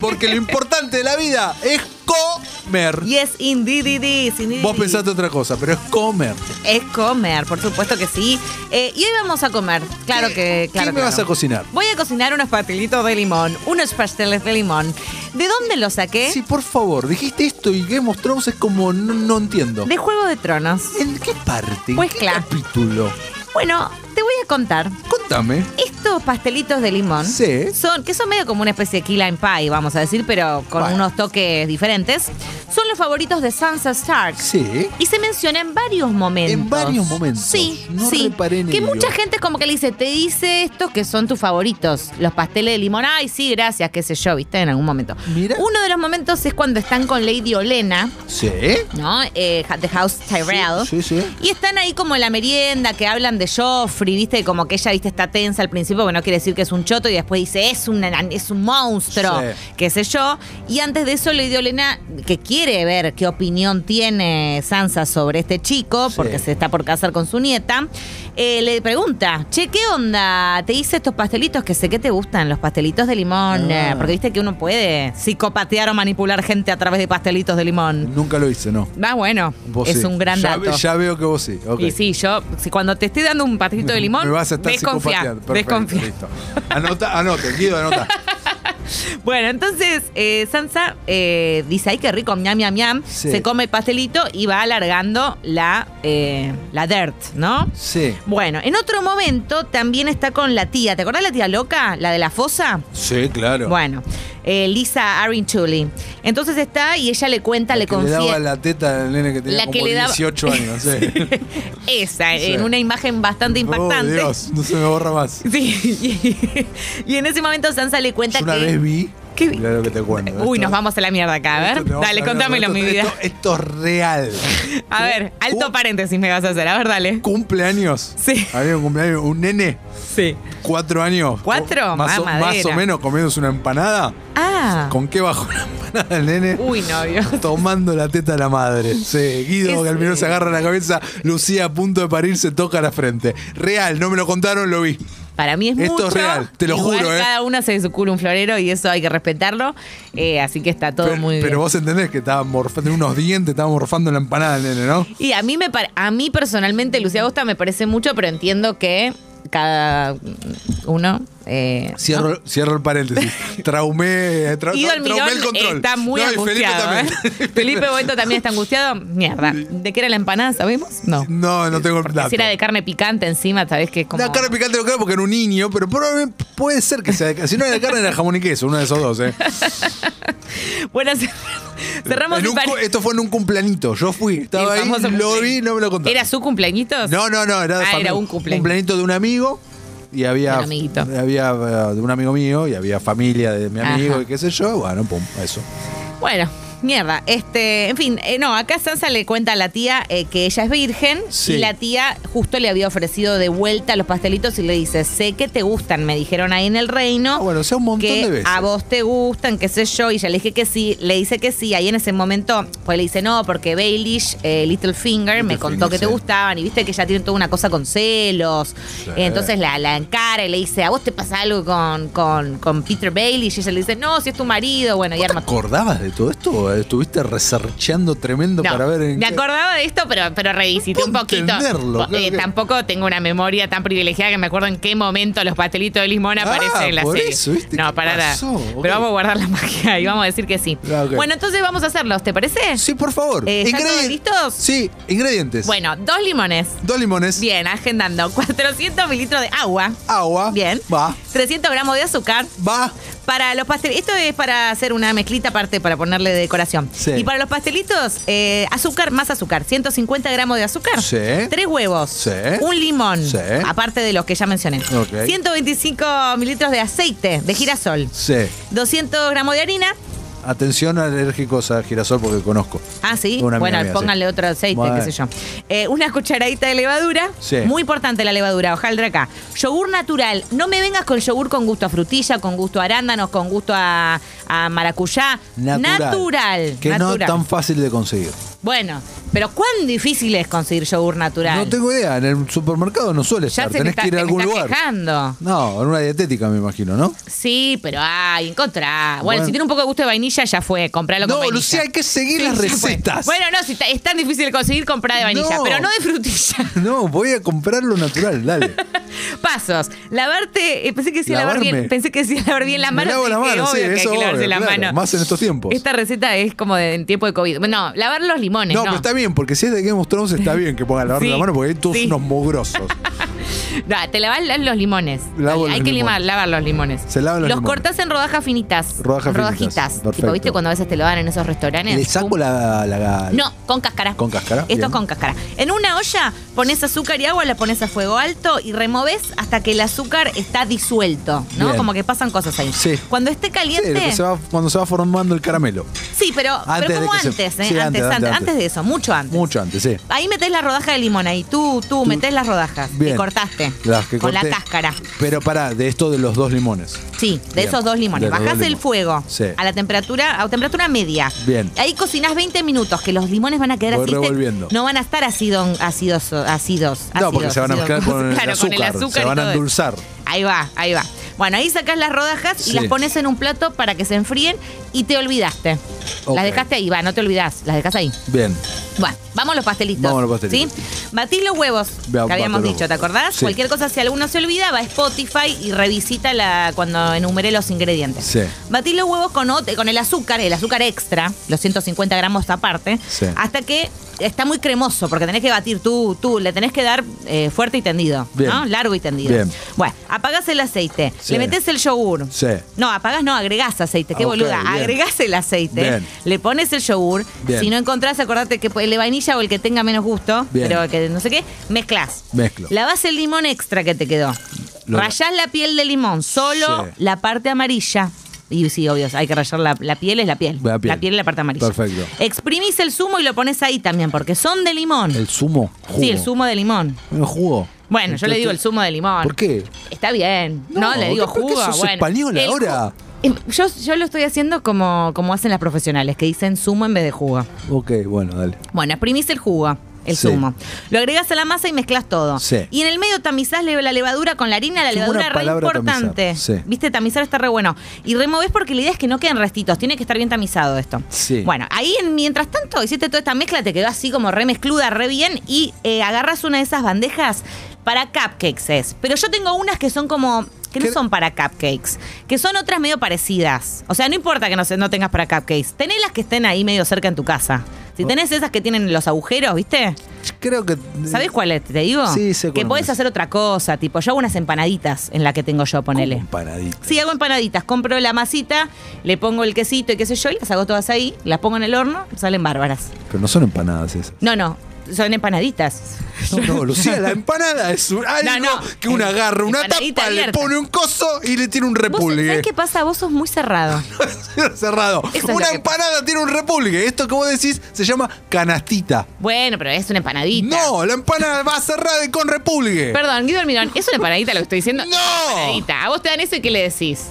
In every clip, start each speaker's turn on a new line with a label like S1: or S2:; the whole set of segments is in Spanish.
S1: Porque lo importante de la vida es comer.
S2: Yes, indeed, it is, indeed,
S1: Vos
S2: it is.
S1: pensaste otra cosa, pero es comer.
S2: Es comer, por supuesto que sí. Eh, y hoy vamos a comer, claro que...
S1: ¿Qué
S2: Claro,
S1: me
S2: claro.
S1: vas a cocinar?
S2: Voy a cocinar unos pastelitos de limón, unos pasteles de limón. ¿De dónde los saqué?
S1: Sí, por favor, dijiste esto y Game of Thrones es como no, no entiendo.
S2: De Juego de Tronos.
S1: ¿En qué parte?
S2: Pues
S1: ¿En qué
S2: claro.
S1: capítulo?
S2: Bueno, te voy a contar.
S1: Contame.
S2: Estos pastelitos de limón
S1: Sí.
S2: son, que son medio como una especie de key lime pie, vamos a decir, pero con
S1: Bueno.
S2: unos toques diferentes, son los favoritos de Sansa Stark.
S1: Sí.
S2: Y se menciona en varios momentos.
S1: En varios momentos.
S2: Sí,
S1: No
S2: sí.
S1: reparé en
S2: que
S1: ello.
S2: mucha gente como que le dice, te dice estos que son tus favoritos. Los pasteles de limón. Ay, sí, gracias, qué sé yo, viste, en algún momento.
S1: Mira.
S2: Uno de los momentos es cuando están con Lady Olena,
S1: Sí.
S2: ¿no? Eh, The House Tyrell.
S1: Sí, sí.
S2: Y están ahí como en la merienda, que hablan de Joffrey, viste, como que ella, viste, está tensa al principio, porque no quiere decir que es un choto, y después dice, es, una, es un monstruo,
S1: Sí.
S2: qué sé yo. Y antes de eso le dio Lena, que quiere ver qué opinión tiene Sansa sobre este chico,
S1: Sí.
S2: porque se está por casar con su nieta, eh, le pregunta, che, ¿qué onda? Te hice estos pastelitos que sé que te gustan, los pastelitos de limón,
S1: Ah.
S2: eh, porque viste que uno puede psicopatear o manipular gente a través de pastelitos de limón.
S1: Nunca lo hice, no.
S2: Ah, bueno,
S1: Vos
S2: es
S1: sí.
S2: un gran
S1: ya
S2: dato.
S1: ve- ya veo que vos sí. ok.
S2: Y sí, yo, si cuando te estoy dando un pastito de limón,
S1: Me vas a estar
S2: desconfía,
S1: psicopateando. Perfecto,
S2: desconfía.
S1: listo. Anota, anota, Guido, anota.
S2: Bueno, entonces eh, Sansa eh, dice, ay, qué rico, miam, miam, miam.
S1: Sí.
S2: Se come el pastelito y va alargando la, eh, la dirt, ¿no?
S1: Sí.
S2: Bueno, en otro momento también está con la tía. ¿Te acordás la tía loca? La de la fosa.
S1: Sí, claro.
S2: Bueno, eh, Lisa Chuli. Entonces está y ella le cuenta,
S1: La
S2: le
S1: que le daba
S2: confiesa.
S1: la teta al nene que tenía
S2: La que
S1: como
S2: le daba-
S1: 18 años. Sí.
S2: Esa,
S1: Sí.
S2: en una imagen bastante impactante.
S1: Oh, Dios, no se me borra más.
S2: Sí, y, y en ese momento Sansa le cuenta
S1: Yo una
S2: que.
S1: vez vi.
S2: ¿Qué vi?
S1: Mirá lo que te cuento.
S2: Uy,
S1: Esto-
S2: nos vamos a la mierda acá, a
S1: esto
S2: ver.
S1: te vamos
S2: Dale,
S1: a hablar,
S2: contámelo, mi
S1: esto-
S2: vida.
S1: Esto, esto es real.
S2: A ver, alto
S1: Cu-
S2: paréntesis me vas a hacer, a ver, dale.
S1: Cumpleaños.
S2: Sí.
S1: Había un cumpleaños, un nene,
S2: Sí.
S1: cuatro años.
S2: ¿Cuatro?
S1: co- Más o,
S2: Mamadera.
S1: más o menos comiéndose una empanada.
S2: Ah. Uh.
S1: ¿Con qué bajó la empanada el nene?
S2: Uy, no, Dios.
S1: Tomando la teta de la madre. Sí, Guido
S2: Es-
S1: Galminó se agarra la cabeza, Lucía a punto de parir se toca la frente. Real, no me lo contaron, lo vi.
S2: Para mí es
S1: Esto es
S2: mucho.
S1: real, te lo
S2: Igual
S1: juro, ¿eh?
S2: Cada una se sucula un florero y eso hay que respetarlo. eh, así que está todo
S1: pero,
S2: muy bien.
S1: pero vos entendés que estaba morfando, unos dientes, estaba morfando la empanada el nene, ¿no?
S2: Y a mí me pare- a mí personalmente Lucía Agosta me parece mucho, pero entiendo que cada uno eh,
S1: Cierro, cierro el paréntesis. Traumé, tra- traumé
S2: Ido Almirón
S1: el control.
S2: está muy
S1: No, y Felipe
S2: angustiado. ¿eh?
S1: también.
S2: Felipe, Boeto también está angustiado. Mierda. ¿De qué era la empanada, sabemos? No.
S1: No, no tengo el
S2: Porque
S1: dato.
S2: si era de carne picante encima, sabes que es como.
S1: La carne picante lo creo porque era un niño, pero probablemente puede ser que sea de carne. Si no era de carne, era jamón y queso, uno de esos dos, ¿eh?
S2: Bueno, cer- cerramos
S1: En
S2: el
S1: un
S2: par-
S1: cu- esto fue en un cumpleañito. Yo fui, estaba
S2: el
S1: ahí,
S2: famoso
S1: lo
S2: cumpleaños.
S1: vi, no me lo contaron.
S2: ¿Era su cumpleañitos?
S1: No, no, no, era, de
S2: Ah,
S1: familia.
S2: era un cumpleaños.
S1: de un amigo y había
S2: De un amiguito.
S1: había eh, de un amigo mío y había familia de mi amigo
S2: Ajá.
S1: y qué sé yo, bueno, pum, eso.
S2: Bueno, mierda. Este, en fin, eh, no, acá Sansa le cuenta a la tía eh, que ella es virgen
S1: Sí.
S2: y la tía justo le había ofrecido de vuelta los pastelitos y le dice, sé que te gustan, me dijeron ahí en el reino.
S1: Ah, bueno, o sea, un montón
S2: que
S1: de veces.
S2: a vos te gustan, qué sé yo, y ya le dije que sí, le dice que sí, ahí en ese momento, pues le dice no, porque Baelish, eh, Littlefinger, me contó
S1: Littlefinger,
S2: que te
S1: sí.
S2: gustaban, y viste que ya tienen toda una cosa con celos, Eh, entonces la, la encara y le dice, ¿a vos te pasa algo con, con, con Peter Baelish? Y ella le dice, no, si es tu marido, bueno, y
S1: ¿Vos ¿Te
S2: arma...
S1: acordabas de todo esto? ¿Estuviste researchando tremendo
S2: No,
S1: para ver en
S2: me
S1: qué-
S2: acordaba de esto, pero, pero revisité
S1: Puedo
S2: un poquito.
S1: entenderlo,
S2: Eh,
S1: claro que-
S2: Tampoco tengo una memoria tan privilegiada que me acuerdo en qué momento los pastelitos de limón aparecen en la
S1: Ah, por
S2: serie.
S1: eso, ¿viste?
S2: No,
S1: ¿Qué
S2: para nada.
S1: pasó? Ok.
S2: Pero vamos a guardar la magia y vamos a decir que sí.
S1: Ah, ok.
S2: Bueno, entonces vamos a hacerlos, ¿te parece?
S1: Sí, por favor.
S2: Eh, ¿ya
S1: Ingredi-
S2: todos listos?
S1: Sí, ingredientes.
S2: Bueno, dos limones.
S1: Dos limones.
S2: Bien, agendando. 400 mililitros de agua.
S1: Agua.
S2: Bien.
S1: Va.
S2: 300 gramos de azúcar.
S1: Va.
S2: Para los pastelitos, esto es para hacer una mezclita aparte, para ponerle de decoración.
S1: Sí.
S2: Y para los pastelitos, eh, azúcar, más azúcar. 150 gramos de azúcar.
S1: Sí.
S2: Tres huevos.
S1: Sí.
S2: Un limón.
S1: Sí.
S2: Aparte de los que ya mencioné.
S1: Ok.
S2: 125 mililitros de aceite de girasol.
S1: Sí.
S2: 200 gramos de harina.
S1: Atención alérgicos a girasol porque conozco.
S2: Ah, sí.
S1: Una amiga
S2: bueno,
S1: mía, sí.
S2: pónganle otro aceite,
S1: Bueno.
S2: qué sé yo. Eh, una cucharadita de levadura.
S1: Sí.
S2: Muy importante la levadura, ojalá acá. Yogur natural. No me vengas con yogur con gusto a frutilla, con gusto a arándanos, con gusto a, a maracuyá.
S1: Natural.
S2: Natural.
S1: Que no
S2: natural.
S1: tan fácil de conseguir.
S2: Bueno, Pero ¿cuán difícil es conseguir yogur natural?
S1: No tengo idea, en el supermercado no suele
S2: ya
S1: estar,
S2: se
S1: tenés
S2: me está,
S1: que ir a
S2: se me
S1: algún
S2: está
S1: lugar.
S2: quejando.
S1: No, en una dietética me imagino, ¿no?
S2: Sí, pero ay, encontrá. Bueno,
S1: Bueno.
S2: si tiene un poco de gusto de vainilla, ya fue, compralo con
S1: No,
S2: vainilla.
S1: Lucía, hay que seguir
S2: Sí,
S1: las
S2: ya fue.
S1: recetas.
S2: Bueno, no, si ta- es tan difícil de conseguir, comprá de vainilla,
S1: No.
S2: pero no de frutilla.
S1: No, voy a comprar lo natural, dale.
S2: Pasos. Lavarte, eh, pensé que decía lavar
S1: Lavarme.
S2: bien, pensé que decía lavar bien la
S1: Me
S2: mano.
S1: lavo
S2: sí,
S1: la mano,
S2: que
S1: sí,
S2: obvio que hay
S1: eso
S2: que lavarse
S1: obvio,
S2: la
S1: claro,
S2: mano.
S1: Más en estos tiempos.
S2: Esta receta es como de, en tiempo de COVID. Bueno, lavar los limones,
S1: no,
S2: ¿no?
S1: pero está bien, porque si es de Game of Thrones está bien que pongan lavar
S2: Sí,
S1: la mano porque hay todos
S2: sí.
S1: unos mugrosos.
S2: Da, te lavas los limones.
S1: Lavo
S2: hay
S1: los
S2: que
S1: limones.
S2: limar, lavar los limones.
S1: Se lavan los
S2: Los
S1: limones.
S2: cortás en rodajas finitas.
S1: Rodajas finitas,
S2: Rodajitas. Tipo,
S1: perfecto.
S2: ¿viste cuando a veces te lo dan en esos restaurantes?
S1: Le saco
S2: Pum.
S1: la, la, la-
S2: No, con cáscara.
S1: ¿Con cáscara?
S2: Esto
S1: Bien.
S2: es con cáscara. En una olla pones azúcar y agua, la pones a fuego alto y removes hasta que el azúcar está disuelto, ¿no?
S1: Bien.
S2: Como que pasan cosas ahí.
S1: Sí.
S2: Cuando esté
S1: Sí, lo
S2: caliente.
S1: que se va- cuando se va formando el caramelo.
S2: Sí, pero,
S1: Antes
S2: pero
S1: de
S2: como
S1: que se-
S2: antes, ¿eh?
S1: sí,
S2: antes, antes,
S1: antes, antes,
S2: antes de eso, mucho antes.
S1: Mucho antes, sí.
S2: Ahí metés la rodaja de limón ahí. Tú, tú, metés las rodajas.
S1: Bien.
S2: Que cortaste.
S1: Las que
S2: con
S1: corté.
S2: la cáscara.
S1: Pero pará, de esto de los dos limones.
S2: Sí, de
S1: Bien.
S2: esos dos limones.
S1: De los
S2: Bajás
S1: dos
S2: el
S1: limones.
S2: fuego
S1: Sí.
S2: a la temperatura, a temperatura media.
S1: Bien.
S2: Ahí cocinás 20 minutos, que los limones van a quedar
S1: Voy
S2: así. te-
S1: revolviendo.
S2: No van a estar ácido- ácidos, ácidos, ácidos.
S1: No, porque se van a
S2: ácidos.
S1: mezclar con,
S2: Claro,
S1: el azúcar, se
S2: y
S1: van
S2: todo
S1: a
S2: eso.
S1: endulzar.
S2: Ahí va, ahí va. Bueno, ahí sacás las rodajas y
S1: Sí.
S2: las pones en un plato para que se enfríen y te olvidaste.
S1: Ok.
S2: Las dejaste ahí, va, no te olvidás, las dejás ahí.
S1: Bien,
S2: Bueno, vamos a los pastelitos.
S1: Vamos a los pastelitos.
S2: ¿sí? Batís los huevos,
S1: Va-
S2: que habíamos
S1: bato los
S2: dicho, ¿te
S1: huevos.
S2: acordás?
S1: Sí.
S2: Cualquier cosa, si alguno se olvida, va a Spotify y revisita la, cuando enumeré los ingredientes.
S1: Sí.
S2: Batís los huevos con, ot- con el azúcar, el azúcar extra, los 150 gramos aparte,
S1: Sí.
S2: hasta que está muy cremoso, porque tenés que batir tú, tú, le tenés que dar eh, fuerte y tendido,
S1: Bien.
S2: ¿no? Largo y tendido.
S1: Bien.
S2: Bueno, apagás el aceite,
S1: Sí.
S2: le metés el yogur.
S1: Sí.
S2: No, apagás, no, agregás aceite, qué
S1: Ah, ok,
S2: boluda.
S1: bien.
S2: Agregás el aceite,
S1: Bien.
S2: le pones el yogur,
S1: Bien.
S2: si no encontrás, acordate que el de vainilla o el que tenga menos gusto,
S1: Bien.
S2: pero que no sé qué, mezclas.
S1: Mezclo.
S2: Lavas el limón extra que te quedó.
S1: Lo-
S2: Rayás la piel de limón, solo
S1: Sí.
S2: la parte amarilla. Y sí, obvio, hay que rayar la, la piel, es la piel.
S1: La piel.
S2: es la parte amarilla.
S1: Perfecto.
S2: Exprimís el zumo y lo pones ahí también, porque son de limón.
S1: el zumo, jugo.
S2: Sí, el zumo de limón.
S1: El jugo.
S2: Bueno, yo le digo el zumo de limón.
S1: ¿Por qué?
S2: Está bien. No,
S1: No,
S2: le digo
S1: ¿por
S2: jugo.
S1: qué sos
S2: bueno.
S1: española
S2: El ju-
S1: ahora?
S2: Em, Yo, yo lo estoy haciendo como, como hacen las profesionales, que dicen zumo en vez de jugo.
S1: Ok, bueno, dale.
S2: Bueno, exprimís el jugo, el
S1: Sí.
S2: zumo. Lo agregás a la masa y mezclas todo.
S1: Sí.
S2: Y en el medio tamizás le- la levadura con la harina, la
S1: Es una
S2: levadura
S1: buena
S2: re
S1: palabra
S2: importante.
S1: tamizar, sí.
S2: Viste, tamizar está re bueno. Y removés porque la idea es que no queden restitos, tiene que estar bien tamizado esto.
S1: Sí.
S2: Bueno, ahí en- mientras tanto hiciste toda esta mezcla, te quedó así como remezcluda, re bien, y eh, agarras una de esas bandejas para cupcakes es. Pero yo tengo unas que son como. Que no
S1: ¿Qué?
S2: son para cupcakes, que son otras medio parecidas. O sea, no importa que no, se- no tengas para cupcakes. Tenés las que estén ahí medio cerca en tu casa.
S1: Oh.
S2: Si tenés esas que tienen los agujeros, ¿viste?
S1: Creo que. eh,
S2: ¿Sabés cuáles te digo?
S1: Sí, sé
S2: Que
S1: cuál
S2: podés
S1: es.
S2: hacer otra cosa, tipo, yo hago unas empanaditas en la que tengo yo, ponele.
S1: Empanadita.
S2: Sí, hago empanaditas. Compro la masita, le pongo el quesito y qué sé yo, y las hago todas ahí, las pongo en el horno, salen bárbaras.
S1: Pero no son empanadas esas.
S2: No, no, son empanaditas.
S1: No, no, Lucía, la empanada es un- algo
S2: no.
S1: que una agarra una
S2: Empanadita
S1: tapa, le
S2: abierta.
S1: pone un coso y le tiene un
S2: ¿Vos
S1: repulgue.
S2: sabés qué pasa? Vos sos muy cerrado.
S1: Cerrado.
S2: Eso es lo
S1: una
S2: que-
S1: empanada tiene un repulgue. Esto que vos decís se llama canastita.
S2: Bueno, pero es una empanadita.
S1: No, la empanada va cerrada y con repulgue.
S2: Perdón, Guido Almirón, es una empanadita lo que estoy diciendo.
S1: ¡No!
S2: Empanadita. A vos te dan eso y qué le decís.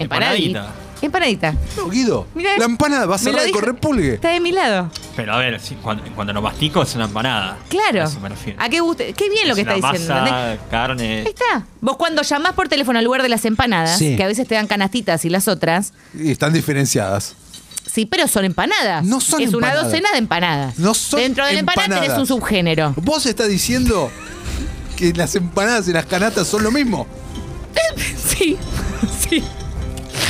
S2: Empanadita. Empanadita.
S1: No, Guido.
S2: Mirá,
S1: la empanada va
S2: me
S1: cerrada
S2: lo
S1: y con
S2: dijo-
S1: repulgue.
S2: Está de mi lado.
S3: Pero a ver, sí, cuando, cuando lo mastico es una empanada.
S2: Claro.
S3: A eso me refiero.
S2: ¿A qué gusto? Qué bien lo que
S3: Es
S2: está
S3: una
S2: diciendo. ¿entendés?
S3: Masa, carne.
S2: Ahí está. Vos cuando llamás por teléfono al lugar de las empanadas,
S1: Sí.
S2: que a veces te dan canastitas y las otras,
S1: Y están diferenciadas.
S2: sí, pero son empanadas.
S1: No son
S2: Es una
S1: empanadas.
S2: docena de empanadas.
S1: No son
S2: Dentro de la empanada tenés
S1: empanadas.
S2: un subgénero.
S1: Vos estás diciendo que las empanadas y las canastas son lo mismo.
S2: Sí, sí.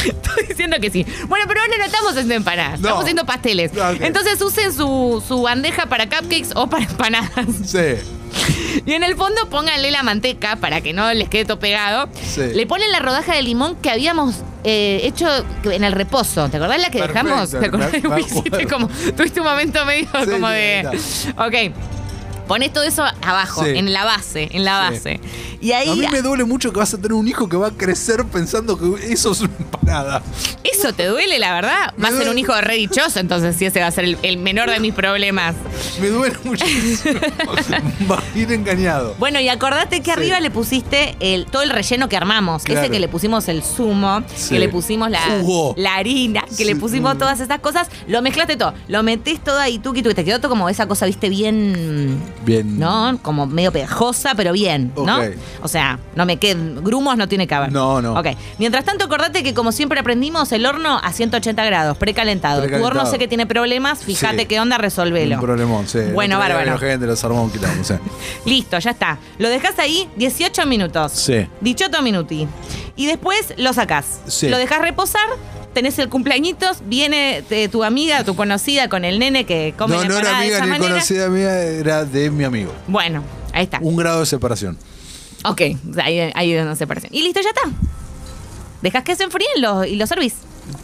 S2: Estoy diciendo que sí. Bueno, pero ahora no estamos haciendo empanadas,
S1: No.
S2: estamos haciendo pasteles.
S1: Ah, ok.
S2: Entonces usen su, su bandeja para cupcakes o para empanadas.
S1: Sí.
S2: Y en el fondo pónganle la manteca para que no les quede todo pegado.
S1: Sí.
S2: Le ponen la rodaja de limón que habíamos eh, hecho en el reposo. ¿Te acordás la que
S1: Perfecto,
S2: dejamos? ¿Te acordás?
S1: me- me
S2: Uy, hiciste
S1: acuerdo.
S2: como, tuviste un momento medio
S1: Sí,
S2: como
S1: sí,
S2: de... Ok. Pones todo eso abajo,
S1: Sí.
S2: en la base, en la
S1: Sí.
S2: base. Y ahí
S1: A mí me duele mucho que vas a tener un hijo que va a crecer pensando que eso es una parada.
S2: Eso te duele, la verdad. Va a ser un hijo re dichoso, entonces sí, ese va a ser el, el menor de mis problemas.
S1: Me duele muchísimo. va a ir engañado.
S2: Bueno, y acordate que arriba le pusiste el, todo el relleno que armamos. Ese
S1: Claro.
S2: que le pusimos el zumo,
S1: Sí.
S2: que le pusimos la,
S1: Jugo.
S2: la harina, que le
S1: Sí.
S2: pusimos todas esas cosas. Lo mezclaste todo. Lo metés todo ahí, tú, que te quedó todo como esa cosa, viste, bien...
S1: Bien.
S2: ¿No? Como medio pegajosa, pero bien, ¿no?
S1: Ok.
S2: O sea, no me queden... Grumos no tiene que haber.
S1: No, no.
S2: Ok. Mientras tanto, acordate que como siempre aprendimos, el horno a 180 grados, precalentado. Tu
S1: Precalentado.
S2: horno sé que tiene problemas, fíjate
S1: Sí.
S2: qué onda, resolvelo.
S1: Un problemón, sí.
S2: Bueno,
S1: El otro día vino
S2: bárbaro.
S1: gente, los armó un quilombo, sí.
S2: Listo, ya está. Lo dejas ahí 18 minutos.
S1: Sí.
S2: Dichoto minuti. Y después lo sacás.
S1: Sí.
S2: Lo dejas reposar. Tenés el cumpleañitos, viene eh, tu amiga, tu conocida con el nene que come
S1: No,
S2: la
S1: no era
S2: empanada
S1: amiga
S2: de esa
S1: ni
S2: manera.
S1: conocida mía, era de mi amigo.
S2: Bueno, ahí está.
S1: Un grado de separación.
S2: Ok, ahí, ahí es donde se parecen. Y listo, ya está. Dejas que se enfríen los, y los servís.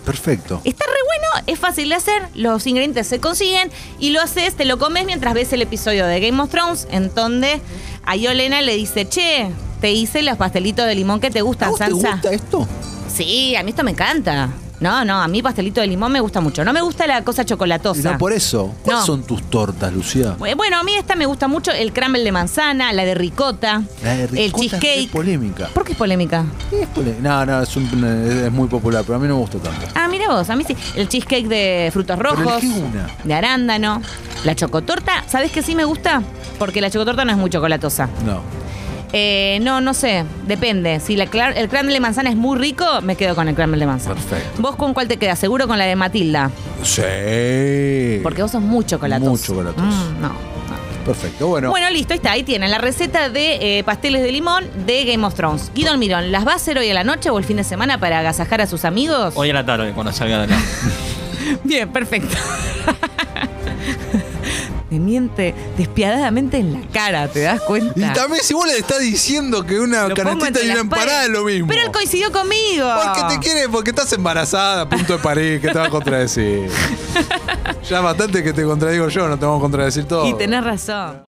S1: Perfecto.
S2: Está re bueno, es fácil de hacer, los ingredientes se consiguen y lo haces, te lo comes mientras ves el episodio de Game of Thrones, en donde a Yolena le dice, che, te hice los pastelitos de limón que te
S1: ¿A
S2: gustan,
S1: vos te
S2: Sansa.
S1: gusta esto?
S2: Sí, a mí esto me encanta. No, no, a mí pastelito de limón me gusta mucho. No me gusta la cosa chocolatosa.
S1: No, por e- eso. ¿Cuáles
S2: No.
S1: son tus tortas, Lucía?
S2: Eh, Bueno, a mí esta me gusta mucho, el crumble de manzana, la de ricota,
S1: La de
S2: el
S1: ricota es re
S2: cheesecake.
S1: polémica.
S2: ¿Por qué es polémica?
S1: Es pole- No, no, es, un- es muy popular, pero a mí no me gusta tanto.
S2: Ah, mira vos, a mí sí. El cheesecake de frutos rojos.
S1: elegí una.
S2: De arándano. La chocotorta, ¿sabes qué sí me gusta? Porque la chocotorta no es muy chocolatosa.
S1: No.
S2: Eh, no, no sé, depende. Si la clar- el crumble de manzana es muy rico, me quedo con el crumble de manzana.
S1: Perfecto.
S2: ¿Vos con cuál te quedas? Seguro con la de Matilda.
S1: Sí.
S2: Porque vos sos muy chocolatoso.
S1: Muy chocolatoso.
S2: Mm, no.
S1: Perfecto, bueno.
S2: Bueno, listo, ahí está. Ahí tienen la receta de eh, pasteles de limón de Game of Thrones. Guido Almirón, ¿las va a hacer hoy a la noche o el fin de semana para agasajar a sus amigos?
S3: Hoy a la tarde, cuando salga de acá.
S2: Bien, perfecto. Me miente despiadadamente en la cara, ¿te das cuenta?
S1: Y también si vos le estás diciendo que una
S2: Lo pongo
S1: canastita
S2: entre
S1: y
S2: las
S1: una empanada es
S2: pares.
S1: lo mismo.
S2: Pero Ah. él coincidió conmigo.
S1: Porque te quiere, porque estás embarazada, punto de parir, que te va a contradecir. ya bastante que te contradigo yo, no te vamos a contradecir todo.
S2: Y tenés razón.